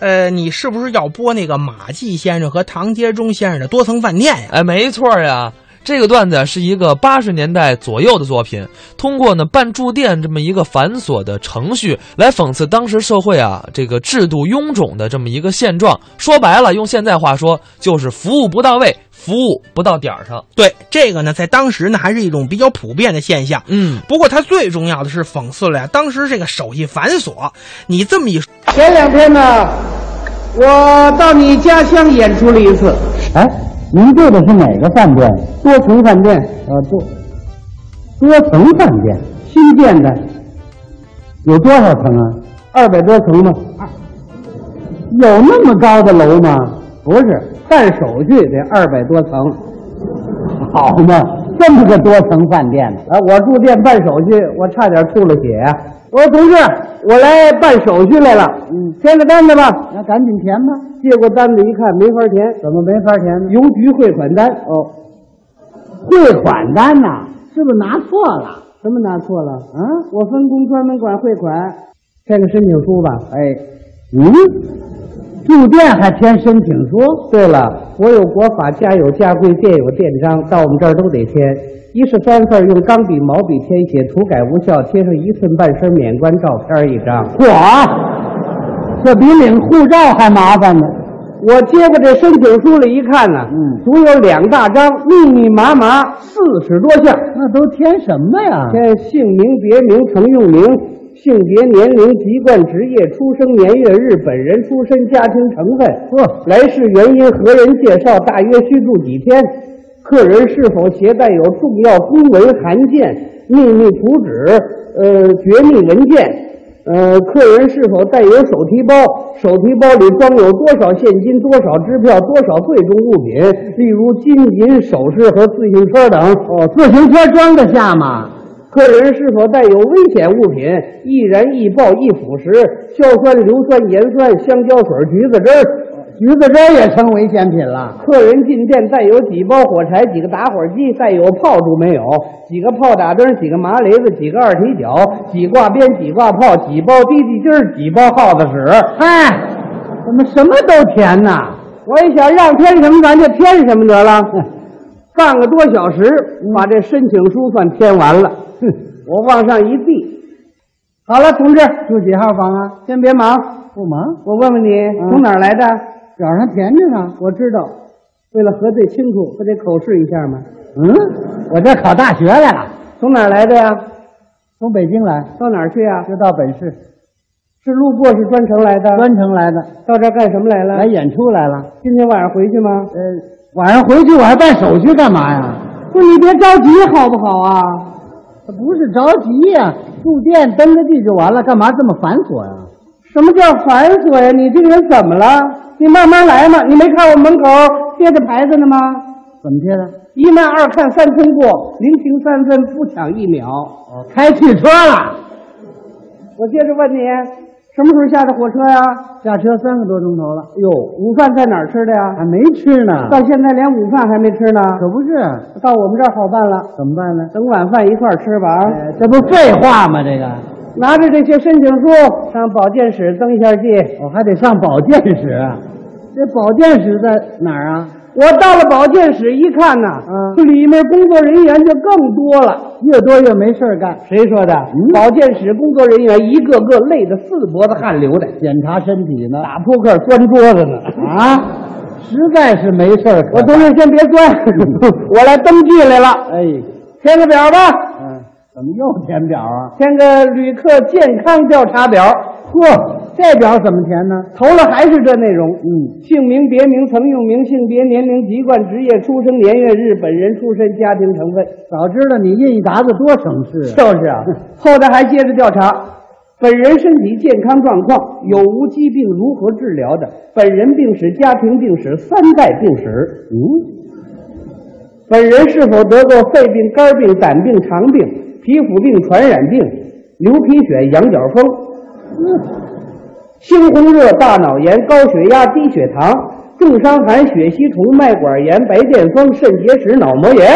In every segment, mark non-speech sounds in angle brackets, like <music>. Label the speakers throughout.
Speaker 1: 呃，你是不是要播那个马季先生和唐杰忠先生的《多层饭店》呀？
Speaker 2: 哎，没错呀，这个段子是一个八十年代左右的作品，通过呢办住店这么一个繁琐的程序来讽刺当时社会啊这个制度臃肿的这么一个现状。说白了，用现在话说就是服务不到位，服务不到点儿上。
Speaker 1: 对，这个呢，在当时呢，还是一种比较普遍的现象。
Speaker 2: 嗯，
Speaker 1: 不过它最重要的是讽刺了呀，当时这个手续繁琐，你这么一说
Speaker 3: 前两天呢，我到你家乡演出了一次。
Speaker 4: 哎，您住的是哪个饭店？
Speaker 3: 多层饭店
Speaker 4: 呃，多多层饭店，
Speaker 3: 新建的，
Speaker 4: 有多少层啊？
Speaker 3: 二百多层吧。
Speaker 4: 有那么高的楼吗？
Speaker 3: 不是，办手续得二百多层。
Speaker 4: 好嘛，这么个多层饭店呢？
Speaker 3: 啊，我住店办手续，我差点吐了血呀、我说同志，我来办手续来了，嗯，填个单子吧。
Speaker 4: 那赶紧填吧。
Speaker 3: 接过单子一看，没法填，怎么没法填呢？邮局汇款单哦，
Speaker 4: 汇款单呐、
Speaker 3: 是不是拿错了？什么拿错了？啊，我分工专门管汇款，这个申请书吧。哎，
Speaker 4: 嗯，住店还填申请书？
Speaker 3: 对了，国有国法，家有家规，店有店章，到我们这儿都得填。一式三份用钢笔、毛笔填写，涂改无效，贴上一寸半身免冠照片一张。
Speaker 4: 嚯，这比领护照还麻烦呢。
Speaker 3: 我接过这申请书来一看呢、
Speaker 4: 嗯
Speaker 3: 足有两大张，密密麻麻四十多项，
Speaker 4: 那都填什么呀
Speaker 3: 这姓名、别名、曾用名、性别、年龄、籍贯、职业、出生年月日、本人出身、家庭成分、
Speaker 4: 呵
Speaker 3: 来世原因、何人介绍、大约居住几天、客人是否携带有重要公文函件、秘密图纸、呃绝密文件。呃，客人是否带有手提包？手提包里装有多少现金、多少支票、多少贵重物品，例如金银首饰和自行车等？哦，
Speaker 4: 自行车装得下吗？
Speaker 3: 客人是否带有危险物品，易燃、易爆、易腐蚀，硝酸、硫酸、盐酸、香蕉水、橘子汁儿。
Speaker 4: 橘子汁儿也成危险品了。
Speaker 3: 客人进店带有几包火柴、几个打火机，带有炮竹没有？几个炮打灯、几个麻雷子、几个二踢脚、几挂鞭、几挂炮、几包滴滴筋儿、几包耗子屎。
Speaker 4: 哎，怎么什么都填呐？
Speaker 3: 我一想，让添什么咱就添什么得了。半个多小时，把这申请书算填完了。哼，我往上一递，好了，同志，
Speaker 4: 住几号房啊？
Speaker 3: 先别忙，
Speaker 4: 不忙，
Speaker 3: 我问问你、从哪儿来的？
Speaker 4: 表上填着呢。
Speaker 3: 我知道，为了核对清楚，不得口试一下吗？
Speaker 4: 嗯，我这考大学来了，
Speaker 3: 从哪儿来的呀？
Speaker 4: 从北京来，
Speaker 3: 到哪儿去呀？
Speaker 4: 就到本市，
Speaker 3: 是路过，是专程来的？
Speaker 4: 专程来的，
Speaker 3: 到这儿干什么来了？
Speaker 4: 来演出来了。
Speaker 3: 今天晚上回去吗？
Speaker 4: 呃，晚上回去我还办手续干嘛呀？
Speaker 3: 不，你别着急，好不好啊？
Speaker 4: 不是着急呀、住店登个记就完了，干嘛这么繁琐呀、
Speaker 3: 什么叫繁琐呀？你这个人怎么了？你慢慢来嘛。你没看我门口贴着牌子呢吗？
Speaker 4: 怎么贴的？
Speaker 3: 一慢二看三通过，零停三分，不抢一秒。
Speaker 4: 哦，开汽车了，
Speaker 3: 我接着问你，什么时候下的火车呀、
Speaker 4: 下车三个多钟头了，
Speaker 3: 哟，午饭在哪儿吃的呀？
Speaker 4: 还没吃呢。
Speaker 3: 到现在连午饭还没吃呢。
Speaker 4: 可不是，啊
Speaker 3: 到我们这儿好办了，
Speaker 4: 怎么办呢？
Speaker 3: 等晚饭一块儿吃吧啊。
Speaker 4: 呃这不废话吗？这个。
Speaker 3: 拿着这些申请书上保健室登一下记。
Speaker 4: 我哦还得上保健室啊。这保健室在哪儿啊？
Speaker 3: 我到了保健室一看呐，
Speaker 4: 嗯
Speaker 3: 这里面工作人员就更多了。
Speaker 4: 越多越没事儿干，嗯
Speaker 3: 谁说的？保健室工作人员一个个累得四脖子汗流的，
Speaker 4: 检查身体呢。
Speaker 3: 打扑克钻桌子呢。 <laughs>
Speaker 4: 啊，实在是没事儿干。
Speaker 3: 我同志先别
Speaker 4: <laughs>
Speaker 3: 钻，我来登记来了，
Speaker 4: 哎，
Speaker 3: 填个表吧，
Speaker 4: 嗯，怎么又填表啊？
Speaker 3: 填个旅客健康调查表。嚯，
Speaker 4: 这表怎么填呢？
Speaker 3: 投了还是这内容。
Speaker 4: 嗯，
Speaker 3: 姓名、别名、曾用名、性别、年龄、籍贯、职业、出生年月日、本人出身、家庭成分。
Speaker 4: 早知道你印一沓子多省事啊。
Speaker 3: 就是啊，后头还接着调查本人身体健康状况，有无疾病，如何治疗的，本人病史、家庭病史、三代病史，
Speaker 4: 嗯，
Speaker 3: 本人是否得过肺病、肝病、胆病、肠病、皮肤病、传染病、流鼻血、羊角风、嗯猩红热、大脑炎、高血压、低血糖、重伤寒、血吸虫、脉管炎、白癜风、肾结石、脑膜炎。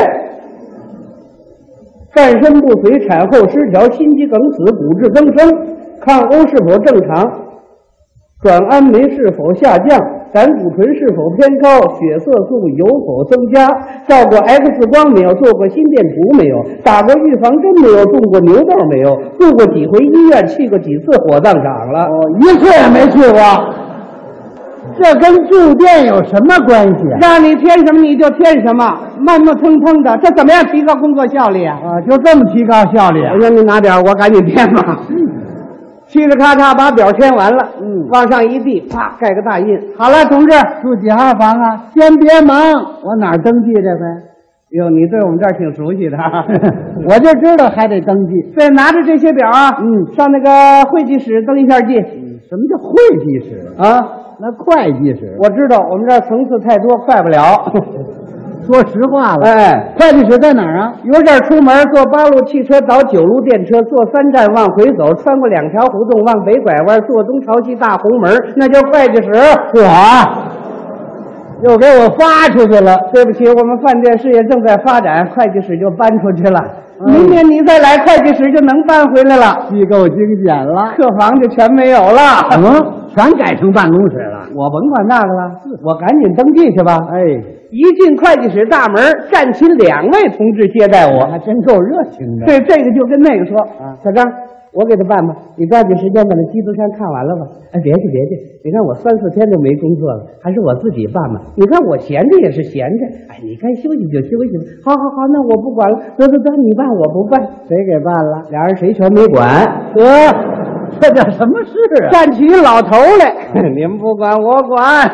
Speaker 3: 半身不遂、产后失调、心肌梗死、骨质增生，抗欧是否正常？转氨酶是否下降，胆固醇是否偏高，血色素有否增加，照过 X 光没有，做过心电图没有，打过预防针没有，种过牛痘没有，住过几回医院，去过几次火葬场了。
Speaker 4: 哦，一次也没去过。这跟住店有什么关系啊？
Speaker 3: 让你添什么你就添什么，慢慢腾腾的，这怎么样提高工作效率啊？
Speaker 4: 啊，就这么提高效率啊
Speaker 3: 我？让你拿点儿，我赶紧填吧。嘁哩咔嚓把表填完了，
Speaker 4: 嗯
Speaker 3: 往上一递，啪盖个大印。
Speaker 4: 好了，同志，住几号房啊？先别忙，我哪儿登记去呗？
Speaker 3: 哟，你对我们这儿挺熟悉的、 <laughs> 啊，
Speaker 4: 我就知道还得登记。
Speaker 3: 对，拿着这些表啊，
Speaker 4: 嗯
Speaker 3: 上那个会计室登一下记
Speaker 4: 什么叫会计室？
Speaker 3: 啊。
Speaker 4: 那会计室，
Speaker 3: 我知道我们这儿层次太多，快不 <laughs> 了。
Speaker 4: 说实话了，
Speaker 3: 哎，
Speaker 4: 会计室在哪儿啊？
Speaker 3: 由这儿出门坐八路汽车，倒九路电车，坐三站往回走，穿过两条胡同往北拐弯，坐东朝西大红门，那叫会计室。
Speaker 4: 我又给我发出去了。
Speaker 3: 对不起，我们饭店事业正在发展，会计室就搬出去了。
Speaker 4: 哎
Speaker 3: 明年你再来，会计室就能搬回来了，
Speaker 4: 记够精简了，
Speaker 3: 客房就全没有了。
Speaker 4: 嗯，全改成办公室了。
Speaker 3: 我甭管那个了，我赶紧登记去吧。
Speaker 4: 哎，
Speaker 3: 一进会计室大门，站起两位同志接待
Speaker 4: 我
Speaker 3: 我。
Speaker 4: 还真够热情的。
Speaker 3: 对，这个就跟那个说
Speaker 4: 啊，
Speaker 3: 小张，我给他办吧，你抓紧时间把那《基督山》看完了吧。哎，别去别去，你看我三四天都没工作了，还是我自己办吧。你看我闲着也是闲着，哎，你该休息就休息吧。好好好，那我不管了，得得得，你办我不办，
Speaker 4: 谁给办了？
Speaker 3: 俩人谁全没管。
Speaker 4: 得，这叫什么事啊？
Speaker 3: 站起一老头 <laughs> 来，你们不管我管，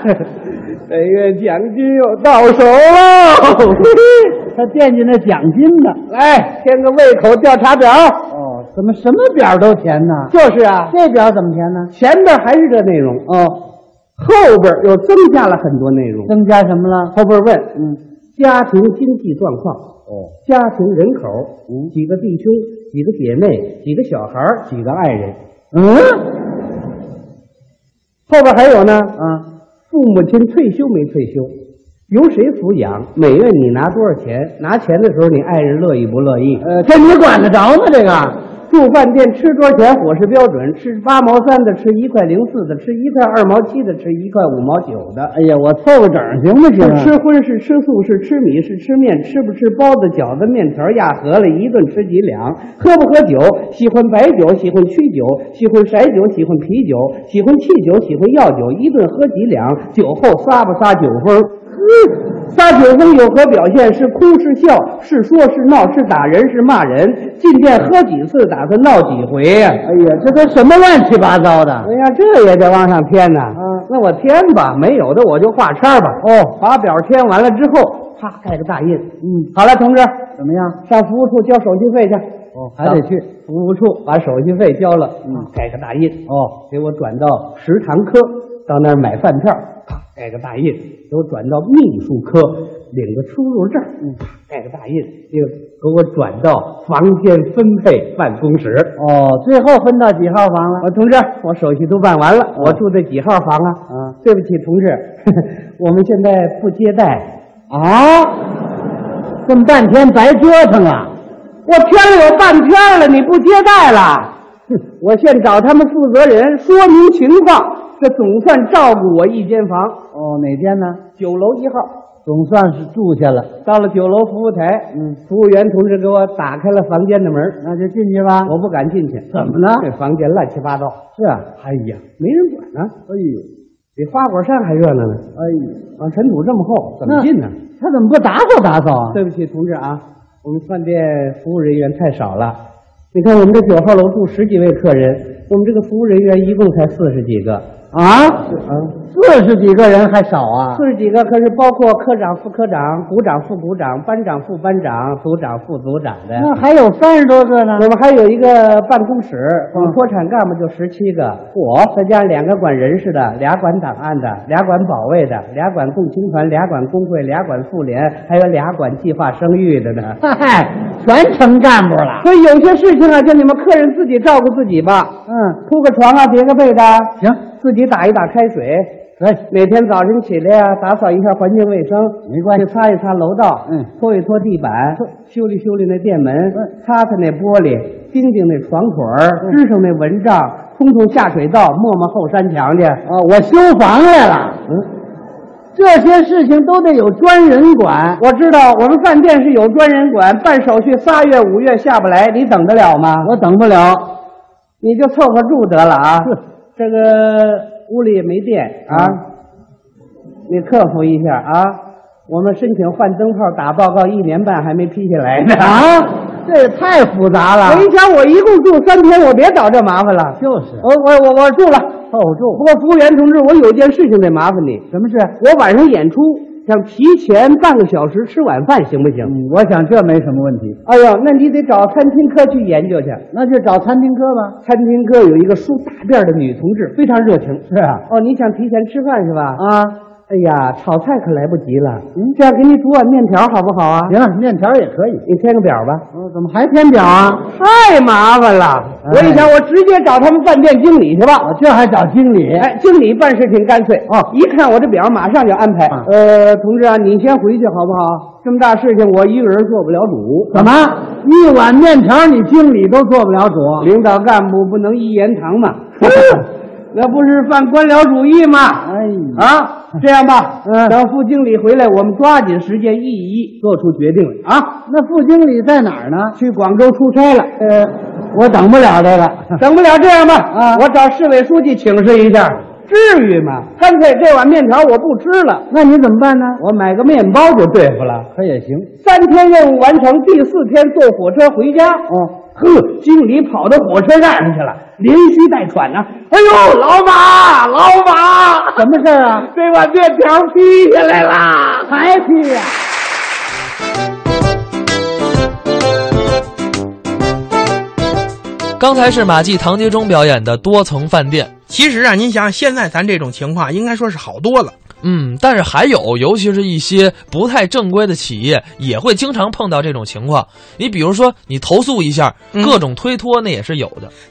Speaker 3: 这月奖金又到手喽。
Speaker 4: <laughs> 他惦记那奖金呢。
Speaker 3: 来，填个胃口调查表。
Speaker 4: 哦，怎么什么表都填呢？
Speaker 3: 就是啊，
Speaker 4: 这表怎么填呢？
Speaker 3: 前边还是这内容，
Speaker 4: 哦，
Speaker 3: 后边又增加了很多内容。
Speaker 4: 增加什么了？
Speaker 3: 后边问
Speaker 4: 嗯，
Speaker 3: 家庭经济状况、
Speaker 4: 哦，嗯
Speaker 3: 家庭人口、几个弟兄、几个姐妹、几个小孩儿、几个爱人。
Speaker 4: 嗯
Speaker 3: 后边还有呢，
Speaker 4: 啊，
Speaker 3: 父母亲退休没退休，由谁抚养，每月你拿多少钱，拿钱的时候你爱人乐意不乐意？
Speaker 4: 呃，这你管得着吗？这个
Speaker 3: 住饭店吃多少钱伙食标准？吃八毛三的，吃一块零四的，吃一块二毛七的，吃一块五毛九的。
Speaker 4: 哎呀，我凑个整儿行不行啊？
Speaker 3: 是吃荤是吃素是吃米是吃面，吃不吃包子、饺子、面条、压饸饹，一顿吃几两？喝不喝酒？喜欢白酒，喜欢曲酒，喜欢色酒，喜欢啤酒，喜欢汽酒，喜欢药酒，一顿喝几两？酒后撒不撒酒疯？撒酒疯有何表现？是哭是笑是说是闹是打人是骂人？进店喝几次？打算闹几回呀、
Speaker 4: 哎呀，这都什么乱七八糟的？
Speaker 3: 哎呀，这也得往上添呐。
Speaker 4: 嗯
Speaker 3: 那我添吧，没有的我就画叉吧。
Speaker 4: 哦，
Speaker 3: 把表填完了之后，啪盖个大印。
Speaker 4: 嗯，
Speaker 3: 好了，同志，
Speaker 4: 怎么样？
Speaker 3: 上服务处交手续费去。啊
Speaker 4: 哦还得去
Speaker 3: 服务处把手续费交了，嗯，盖个大印。哦，给我转到食堂科，到那儿买饭票，啪盖个大印。给我转到秘书科，领个出入证，嗯，啪盖个大印。又给我转到房间分配办公室。
Speaker 4: 哦，最后分到几号房了？
Speaker 3: 我同志，我手续都办完了，我住在几号房啊？
Speaker 4: 嗯，
Speaker 3: 对不起，同志， <laughs> 我们现在不接待。
Speaker 4: 啊，这么半天白折腾啊！
Speaker 3: 我添了有半天了，你不接待了？哼，我现找他们负责人说明情况，这总算照顾我一间房，
Speaker 4: 哦，哪天呢？
Speaker 3: 九楼一号。
Speaker 4: 总算是住下了，
Speaker 3: 到了九楼服务台，
Speaker 4: 嗯，
Speaker 3: 服务员同志给我打开了房间的门，
Speaker 4: 那就进去吧。
Speaker 3: 我不敢进去，
Speaker 4: 怎么了
Speaker 3: 这房间乱七八糟，
Speaker 4: 是啊，
Speaker 3: 哎呀，没人管呢、
Speaker 4: 哎呦，
Speaker 3: 比花果山还热闹呢。
Speaker 4: 哎呦，
Speaker 3: 啊，尘土这么厚，怎么
Speaker 4: 那
Speaker 3: 进呢？
Speaker 4: 他怎么不打扫打扫啊？
Speaker 3: 对不起，同志啊，我们饭店服务人员太少了。你看，我们这九号楼住十几位客人，我们这个服务人员一共才四十几个
Speaker 4: 啊，
Speaker 3: 啊，
Speaker 4: 四十几个人还少啊？
Speaker 3: 四十几个可是包括科长、副科长、股长、副股长、班长、副班长、组长、副组长的。
Speaker 4: 那还有三十多个呢
Speaker 3: 我。们还有一个呃办公室，光
Speaker 4: 嗯
Speaker 3: 脱产干部就十七个，我再加上两个管人事的，俩管档案的，俩管保卫的，俩管共青团，俩管工会，俩管妇联，还有俩管计划生育的呢。
Speaker 4: 嗨，全成干部了。
Speaker 3: 所以有些事情啊，就你们客人自己照顾自己吧，
Speaker 4: 嗯，
Speaker 3: 铺个床啊，叠个被子，啊，
Speaker 4: 行，哎
Speaker 3: 自己打一打开水。
Speaker 4: 可以，
Speaker 3: 每天早晨起来啊，打扫一下环境卫生，
Speaker 4: 没关系
Speaker 3: 去擦一擦楼道，
Speaker 4: 嗯
Speaker 3: 拖一拖地板，修理修理那店门，
Speaker 4: 嗯
Speaker 3: 擦擦那玻璃，钉钉那床腿儿，支上那蚊帐，
Speaker 4: 冲冲下水道，摸摸后山墙去。
Speaker 3: 啊，我修房来了。嗯，这些事情都得有专人管。
Speaker 4: 我知道我们饭店是有专人管，办手续仨月五月下不来，你等得了吗？
Speaker 3: 我等不了。
Speaker 4: 你就凑合住得
Speaker 3: <laughs>
Speaker 4: 了啊
Speaker 3: 是。
Speaker 4: 这个屋里也没电啊，你克服一下啊。我们申请换灯泡，打报告一年半还没批下来呢。 <laughs>
Speaker 3: 啊，哎这也太复杂了。
Speaker 4: 我一想，我一共住三天，我别找这麻烦了。
Speaker 3: 就是
Speaker 4: 我我我我住了。
Speaker 3: 凑
Speaker 4: 不
Speaker 3: 住。
Speaker 4: 过服务员同志，我有件事情得麻烦你。
Speaker 3: 什么事？
Speaker 4: 我晚上演出，想提前半个小时吃晚饭，行不行？
Speaker 3: 嗯，我想这没什么问题。
Speaker 4: 哎呦，那你得找餐厅科去研究去。
Speaker 3: 那就找餐厅哥吧。
Speaker 4: 餐厅科有一个梳大辫儿的女同志，非常热情。
Speaker 3: 是啊，
Speaker 4: 哦，你想提前吃饭是吧？
Speaker 3: 啊，
Speaker 4: 哎呀，炒菜可来不及了。嗯，这样给你煮碗面条好不好啊？
Speaker 3: 行了，面条也可以。
Speaker 4: 你填个表吧。
Speaker 3: 哦，怎么还填表啊？
Speaker 4: 太麻烦了，
Speaker 3: 哎
Speaker 4: 我一想，我直接找他们饭店经理去吧。
Speaker 3: 啊，这还找经理？
Speaker 4: 哎，经理办事挺干脆
Speaker 3: 哦
Speaker 4: 一看我这表，马上就安排。
Speaker 3: 啊
Speaker 4: 呃，同志啊，你先回去好不好？这么大事情，我一个人做不了主。
Speaker 3: 怎么一碗面条你经理都做不了主？
Speaker 4: 领导干部不能一言堂
Speaker 3: <laughs>
Speaker 4: 嘛，那不是犯官僚主义吗？
Speaker 3: 哎呀，
Speaker 4: 啊，这样吧，
Speaker 3: 嗯
Speaker 4: 等副经理回来，我们抓紧时间一一做出决定来啊。
Speaker 3: 那副经理在哪儿呢？
Speaker 4: 去广州出差了，
Speaker 3: 呃，我等不了这个。
Speaker 4: <laughs> 等不了。这样吧，
Speaker 3: 啊
Speaker 4: 我找市委书记请示一下，至于吗？干脆这碗面条我不吃了，
Speaker 3: 那你怎么办呢？
Speaker 4: 我买个面包就对付了。
Speaker 3: 可也行。
Speaker 4: 三天任务完成，第四天坐火车回家。哦，呵，经理跑到火车站上去了，连嘘带喘呐、哎呦，老马，老马，
Speaker 3: 什么事儿啊？
Speaker 4: <laughs> 这碗面条批下来啦！
Speaker 3: 还批呀、
Speaker 2: 嗯刚才是马季、唐杰忠表演的多层饭店。
Speaker 1: 其实啊，您想想，现在咱这种情况应该说是好多了。
Speaker 2: 嗯，但是还有，尤其是一些不太正规的企业，也会经常碰到这种情况。你比如说，你投诉一下，
Speaker 1: 嗯
Speaker 2: 各种推脱那也是有的。